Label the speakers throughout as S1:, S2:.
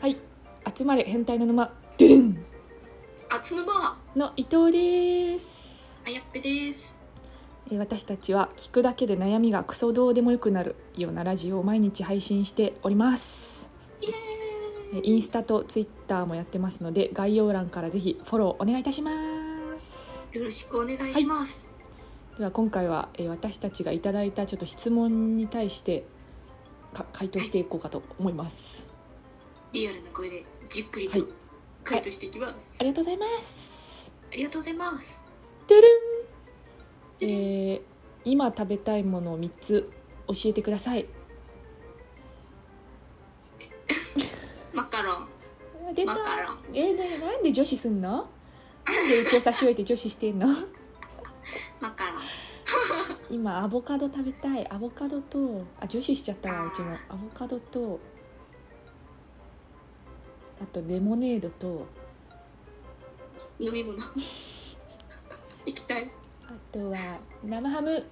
S1: はい集まれ変態の沼ドゥドゥン
S2: あつのば
S1: の伊藤です、
S2: あやっぺです
S1: えー私たちは聞くだけで悩みがクソどうでもよくなるようなラジオを毎日配信しております
S2: イエ
S1: え
S2: ー
S1: ー
S2: イ
S1: インスタとツイッターもやってますので概要欄からぜひフォローお願いいたします
S2: よろしくお願いします、
S1: では今回は、えー私たちがいただいたちょっと質問に対してか回答していこうかと思います
S2: リアルな声でじっくり
S1: はい
S2: と回答していきます、
S1: ありがとうございます
S2: ありがとうございます
S1: てるん
S2: てるん
S1: えー今食べたいものを3つ教えてください
S2: マカロン
S1: あ出た
S2: マカロン
S1: えーななんで女子すんのなんでうちを差し置いて女子してんの
S2: マカロン
S1: 今アボカド食べたいアボカドとあ女子しちゃったなうちも
S2: あ
S1: アボカドとあとレモネードと
S2: 飲み物行きたい
S1: あとは生ハム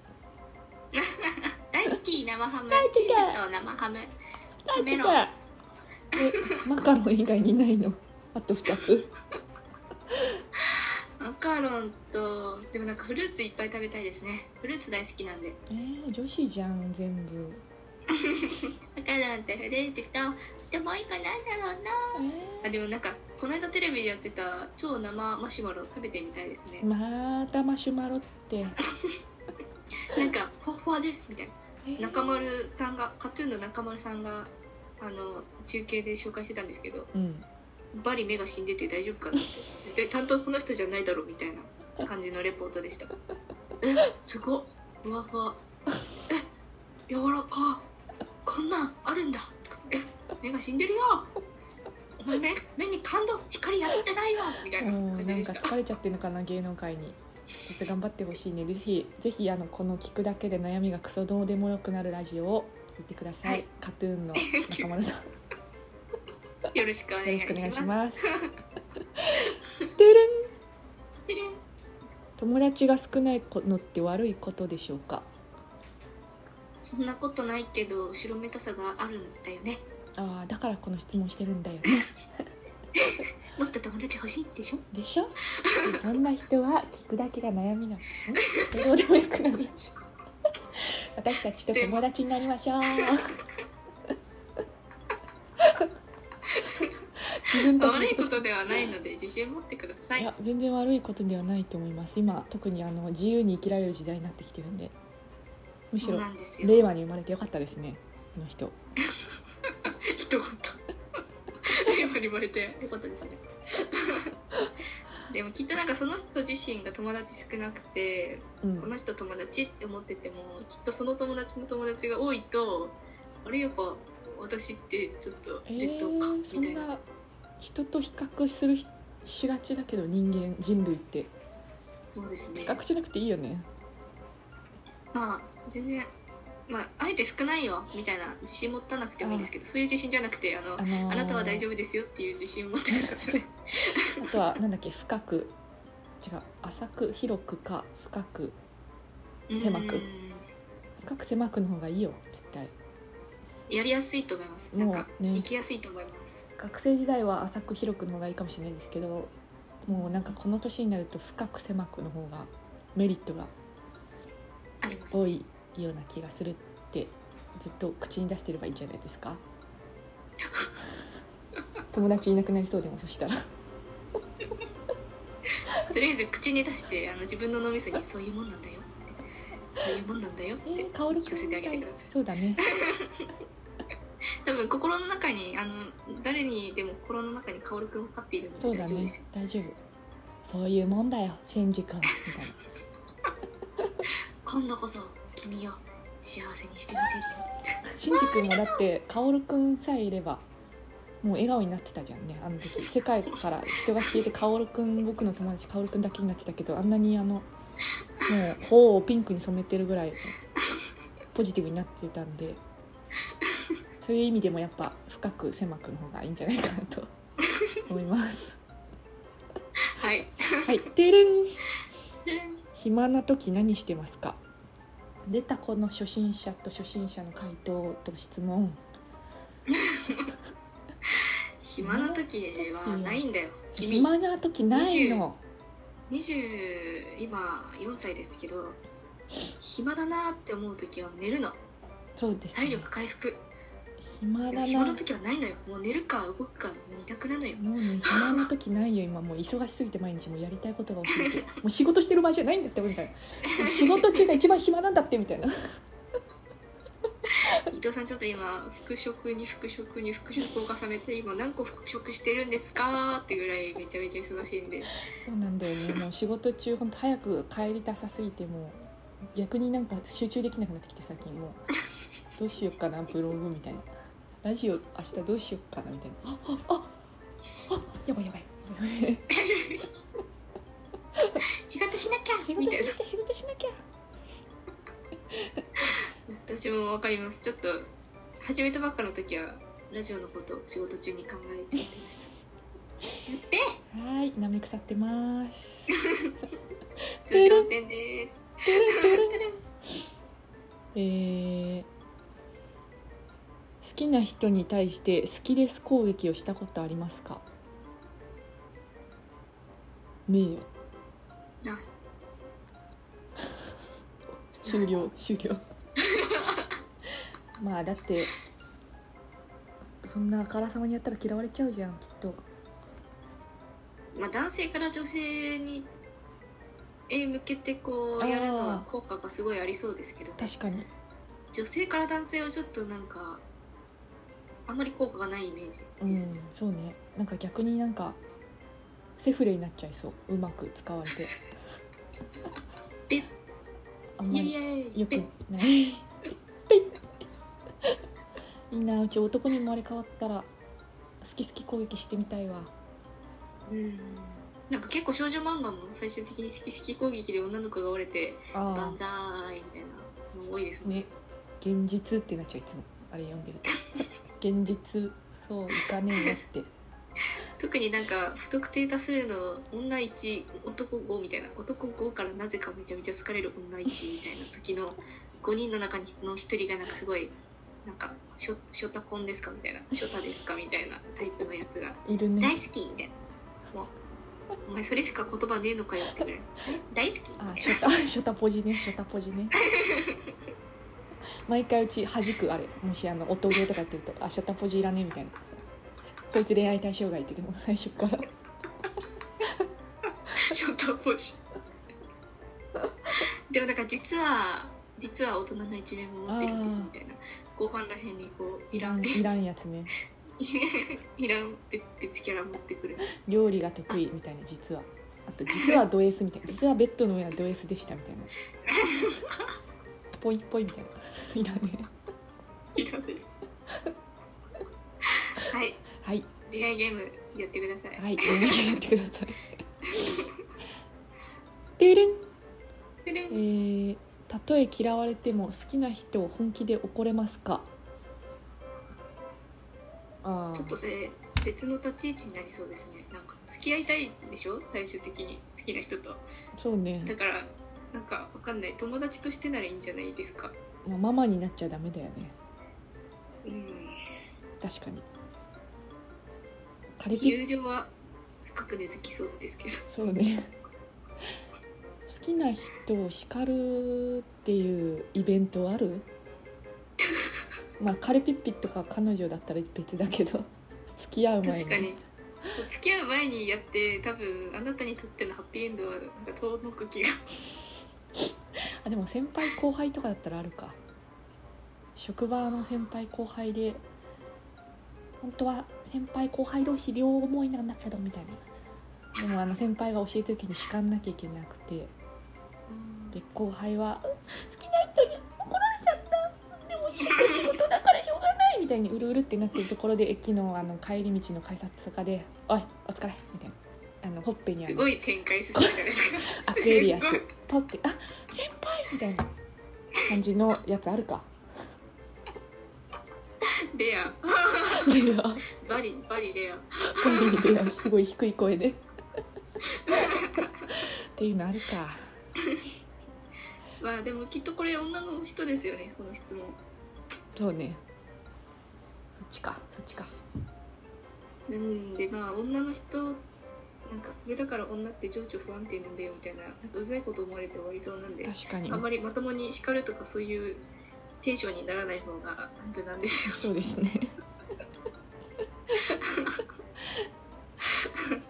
S2: 大好き生ハム
S1: 大好き
S2: チーズと生ハム
S1: あ
S2: メ
S1: 違
S2: ロン
S1: うえマカロン以外にないのあと2つ
S2: マカロンとでもなんかフルーツいっぱい食べたいですねフルーツ大好きなんで
S1: えー、女子じゃん全部
S2: マカロンとフルーツとでもう一個なんだろうなあ
S1: え
S2: でもなんかこの間テレビでやってた超生マシュマロ食べてみたいですね
S1: ー、またマシュマロって、
S2: なんかふわふわですみたい
S1: えー
S2: な中丸さんが KAT−TUN の中丸さんがあの中継で紹介してたんですけど
S1: うん
S2: バリ目が死んでて大丈夫かなって絶対担当この人じゃないだろうみたいな感じのレポートでしたえすごっふわふわえ柔らかこんなんあるんだとかえ目が死んでるよお前目目に感動光宿ってないよみたいな
S1: う
S2: 感
S1: ん、な
S2: じ
S1: ん
S2: で
S1: か
S2: した
S1: 疲れちゃってるのかな芸能界にちょっと頑張ってほしいねぜひぜひあのこの聞くだけで悩みがクソどうでもよくなるラジオを聞いてください、
S2: はい
S1: カトゥー ンの中村さんよ
S2: よろしくお願
S1: ろ
S2: い
S1: し
S2: し
S1: くお願いし
S2: ます
S1: ますてるん
S2: てれん
S1: 友達が少ないのって悪いことでしょうか
S2: そんなことないけど後ろめたさがあるんだよね
S1: ああだからこの質問してるんだよね
S2: もっと友達欲しいでしょ
S1: でしょそんな人は聞くだけが悩みなのクソどうでもよくなるラジオ 私たちと友達になりましょう自分たちの
S2: 悪い
S1: こ
S2: こととではないので自信持ってくださ
S1: い
S2: い
S1: や全然悪いことではないと思います今特にあの自由に生きられる時代になってきてるんでむし
S2: そう
S1: ろ
S2: なんですよ
S1: 令和に生まれてよかったですねこの人
S2: 一言今言われてよかったですねでもきっとなんかその人自身が友達少なくて
S1: う
S2: こ
S1: ん
S2: の人友達って思っててもきっとその友達の友達が多いとあれやっぱ私ってちょっと
S1: え
S2: 劣等感
S1: ー、そ
S2: みた
S1: ん
S2: いな、
S1: な人と比較するひしがちだけど人間人類って
S2: そうですね
S1: 比較しなくていいよね
S2: まあ全然まああえて少ないよみたいな自信持たなくてもいいですけどそういう自信じゃなくてあの、
S1: あのー
S2: あなたは大丈夫ですよっていう自信を持ってください
S1: あとはなんだっけ深く違う浅く広くか深く狭く
S2: うん
S1: 深く狭くの方がいいよ絶対
S2: やりやすいと思いますな
S1: もうんね
S2: か、行きやすいと思います
S1: 学生時代は浅く広くの方がいいかもしれないですけどもうなんかこの年になると深く狭くの方がメリットが
S2: あります
S1: 多いような気がするってずっと口に出してればいいんじゃないです か友達いなくなりそうでもそしたら
S2: とりあえず口に出してあの自分の脳みそにそういうもんなんだよってそういうもんなんだよっ
S1: 「え
S2: て
S1: ー、
S2: 聞
S1: 薫
S2: かせ
S1: 君み
S2: てあげ
S1: た
S2: て
S1: い
S2: ください
S1: そうだね
S2: 多分心の中にあの誰にでも心の中に薫君を飼っているので
S1: そうだ
S2: 大丈夫
S1: ね
S2: ですよ
S1: 大丈夫そういうもんだよシェンジ君」みたいな
S2: 今度こそ君を幸せにしてみせ
S1: し
S2: るよ
S1: んじ君もだって薫君さえいればもう笑顔になってたじゃんねあの時世界から人が消えて薫君僕の友達薫君だけになってたけどあんなにあのもう頬をピンクに染めてるぐらいポジティブになってたんでそういう意味でもやっぱ深く狭くの方がいいんじゃないかなと思います。
S2: はい
S1: はい、てれん
S2: じゃん
S1: 暇な時何してますか出たこの初心者と初心者の回答と質問
S2: 暇時はないんだよ君
S1: 暇な時ないの
S2: 20今4歳ですけど暇だなって思う時は寝るの
S1: そうです、
S2: 体
S1: ね、
S2: 力回復
S1: 暇だ
S2: 暇
S1: な
S2: の時はないのよもう寝るか動くか二択なのよ
S1: もうね暇な時ないよ今もう忙しすぎて毎日もうやりたいことが多すぎて もう仕事してる場合じゃないんだってみたいな仕事中が一番暇なんだってみたいな
S2: 伊藤さんちょっと今復職に復職に復職を重ねて今何個復職してるんですかってぐらいめちゃめちゃ忙しいんで
S1: そうなんだよねもう仕事中ほんと早く帰りたさすぎてもう逆になんか集中できなくなってきて最近もうどうしようかなブログみたいなラジオ明日どうしようかなみたい なああああやばいやばい
S2: 仕事しなき
S1: 仕
S2: ゃみ
S1: 事
S2: た
S1: し
S2: い
S1: な
S2: な
S1: きゃ仕事しなきゃ
S2: 私もわかりますちょっと始めたばっかの時はラジオのことを仕事中に考えちゃってました
S1: はーいなめ腐ってます
S2: 通常点です
S1: えー好きな人に対して好きです攻撃をしたことありますかねえよ
S2: な
S1: 終了終了 まあだってそんなあからさまにやったら嫌われちゃうじゃんきっと
S2: まあ、男性から女性にへ向けてこうやるのは効果がすごいありそうですけど
S1: 確かに
S2: 女性から男性はちょっとなんかあんまり効果がないイメージ
S1: う
S2: です
S1: ん
S2: ね、
S1: そうねなんか逆になんかセフレになっちゃいそううまく使われて
S2: ぺっ
S1: あんま
S2: イエイ
S1: り
S2: イエ
S1: よ
S2: イ
S1: く
S2: ぺっ
S1: ないいいなうち男に生まれ変わったら好き好き攻撃してみたいわ
S2: うんなんか結構少女漫画も最終的に好き好き攻撃で女の子が折れてバ
S1: あ
S2: ンザーイみたいなの多いです
S1: あ
S2: もんね
S1: ね現実ってなっちゃういつもあれ読んでると現実そういかねえよって
S2: 特になんか不特定多数の女1男5みたいな男5からなぜかめちゃめちゃ好かれる女1みたいな時の5人の中にの1人がなんかすごいなんかショショタコンですかみたいなショタですかみたいなタイプのやつが
S1: いる
S2: 大
S1: ね
S2: 好きみたいなもうお前それしか言葉ねえのかよってぐらいえ大好きみたい
S1: あ
S2: な
S1: ショタ ショタポジねショタポジ ね毎回うち弾くあれもしあの音ゲーとかやってるとあショタポジいらねえみたいなこいつ恋愛対象外ってでも最初から
S2: ショタポ ジでもなんか実は実は大人の一面も持ってるんですみたいな後半らへんにこういらん
S1: いらんやつね
S2: いらん別別キャラ持ってくる
S1: 料理が得意みたいな実はあと実はド S みたいな実はベッドの上はド S でしたみたいなポイポイみたいない らね
S2: いらないはい
S1: はい
S2: 恋愛ゲームやってください、
S1: はい恋愛やってくだ さいてるん
S2: で
S1: えーたとえ嫌われても好きな人を本気で怒れますかあ
S2: ちょっと
S1: ー
S2: それ別の立ち位置になりそうですねなんか付き合いたいんでしょ最終的に好きな人と
S1: そう
S2: だ
S1: ね、
S2: からなんかわかんない友達としてならいいんじゃないですか
S1: まあ、ママになっちゃダメだよね
S2: うん
S1: 確かにカリピ
S2: 友情は深く根付きそうですけど
S1: そうね 好きな人を叱るっていうイベントあ るまあカレピッピとか彼女だったら別だけど 付き合う前
S2: 確かにそう付き合う前にやって多分あなたにとってのハッピーエンドはなんか遠のく気が
S1: あでも先輩後輩とかだったらあるか職場の先輩後輩で本当は先輩後輩同士両思いなんだけどみたいなでもあの先輩が教えた時に叱んなきゃいけなくて
S2: うん
S1: で後輩はうん「好きな人に怒られちゃったでも仕事仕事だからしょうがない」みたいにうるうるってなってるところで駅のあの帰り道の改札とかで「おいお疲れ」みたいなあのほっぺにあ
S2: す
S1: の
S2: ごい展開するじゃないですか
S1: アクエリアス
S2: すごい
S1: パッて「あ先輩!」みたいな感じのやつあるか。
S2: レア
S1: いや
S2: バリバリレア
S1: 帰りでですごい低い声で。っていうのあるか。
S2: まあでもきっとこれ女の人ですよねこの質問
S1: そうね。そっちかそっちか。
S2: うんでまあ女の人なんかこれだから女って情緒不安定なんだよみたいななんかうざいこと思われて終わりそうなんで
S1: 確かに
S2: あんまりまともに叱るとかそういうテンションにならない方が安全なんですよ。
S1: そうですね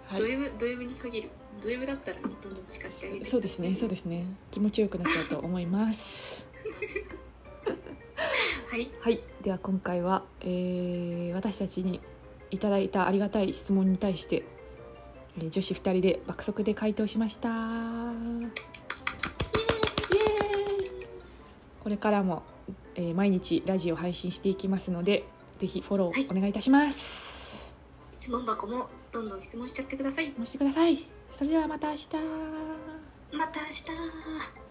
S1: は
S2: ド
S1: い
S2: M ド M に限るド M だったらどんどん叱ってあげて
S1: そうですねそうですね気持ちよくなっちゃうと思います
S2: はい
S1: はいでは今回は、えー私たちにいただいたありがたい質問に対してえー女子2人で爆速で回答しましたこれからも、えー毎日ラジオ配信していきますのでぜひフォロ
S2: はい
S1: ーお願いいたします、
S2: 質問箱もどんどん質問しちゃってください
S1: 押してくださいそれではまた明日
S2: また明日